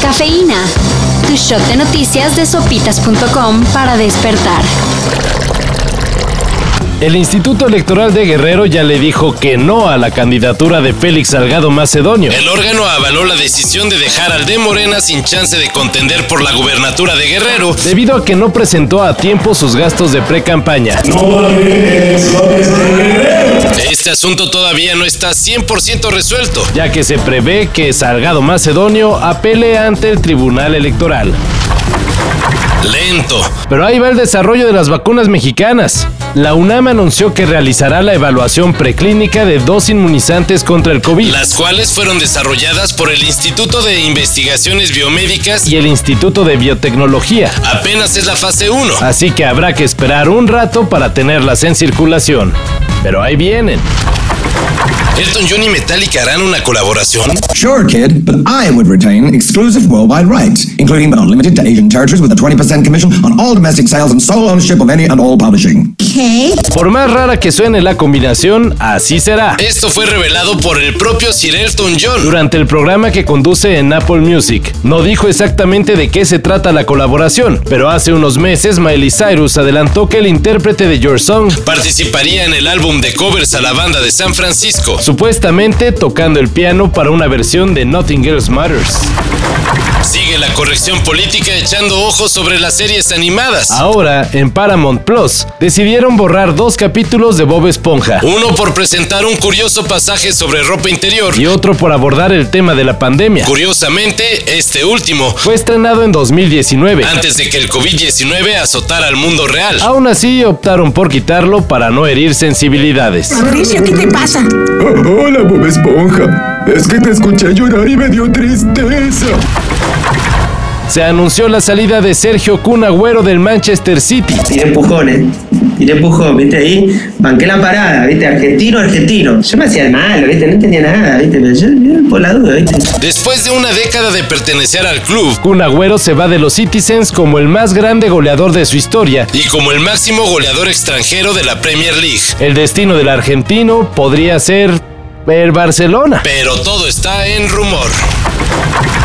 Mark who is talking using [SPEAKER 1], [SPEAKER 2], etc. [SPEAKER 1] Cafeína. Tu shot de noticias de sopitas.com para despertar.
[SPEAKER 2] El Instituto Electoral de Guerrero ya le dijo que no a la candidatura de Félix Salgado Macedonio. El órgano avaló la decisión de dejar al de Morena sin chance de contender por la gubernatura de Guerrero, debido a que no presentó a tiempo sus gastos de pre-campaña. Este asunto todavía no está 100% resuelto, ya que se prevé que Salgado Macedonio apele ante el Tribunal Electoral. Lento. Pero ahí va el desarrollo de las vacunas mexicanas. La UNAM anunció que realizará la evaluación preclínica de dos inmunizantes contra el COVID, las cuales fueron desarrolladas por el Instituto de Investigaciones Biomédicas y el Instituto de Biotecnología. Apenas es la fase 1, así que habrá que esperar un rato para tenerlas en circulación. Pero ahí vienen. Elton John y Metallica harán una colaboración.
[SPEAKER 3] Sure, kid, but I would retain exclusive worldwide rights, including but not limited to Asian territories with a 20% commission on all domestic sales and sole ownership of any and all publishing.
[SPEAKER 2] Por más rara que suene la combinación, así será. Esto fue revelado por el propio Sir Elton John durante el programa que conduce en Apple Music. No dijo exactamente de qué se trata la colaboración, pero hace unos meses Miley Cyrus adelantó que el intérprete de Your Song participaría en el álbum de covers a la banda de San Francisco, supuestamente tocando el piano para una versión de Nothing Else Matters. Sigue la corrección política echando ojos sobre las series animadas. Ahora, en Paramount Plus, decidieron borrar dos capítulos de Bob Esponja. Uno por presentar un curioso pasaje sobre ropa interior y otro por abordar el tema de la pandemia. Curiosamente, este último fue estrenado en 2019, antes de que el COVID-19 azotara al mundo real. Aún así, optaron por quitarlo para no herir sensibilidades.
[SPEAKER 4] Mauricio, ¿qué te pasa?
[SPEAKER 5] hola, Bob Esponja. Es que te escuché llorar y me dio tristeza.
[SPEAKER 2] Se anunció la salida de Sergio Kun Agüero del Manchester City.
[SPEAKER 6] Tiré empujones, tiré empujón, viste ahí, banqué la parada, viste, argentino, argentino. Yo me hacía el malo, viste, no entendía nada, viste, pero yo, yo, por la duda, viste.
[SPEAKER 2] Después de una década de pertenecer al club, Kun Agüero se va de los Citizens como el más grande goleador de su historia y como el máximo goleador extranjero de la Premier League. El destino del argentino podría ser el Barcelona. Pero todo está en rumor.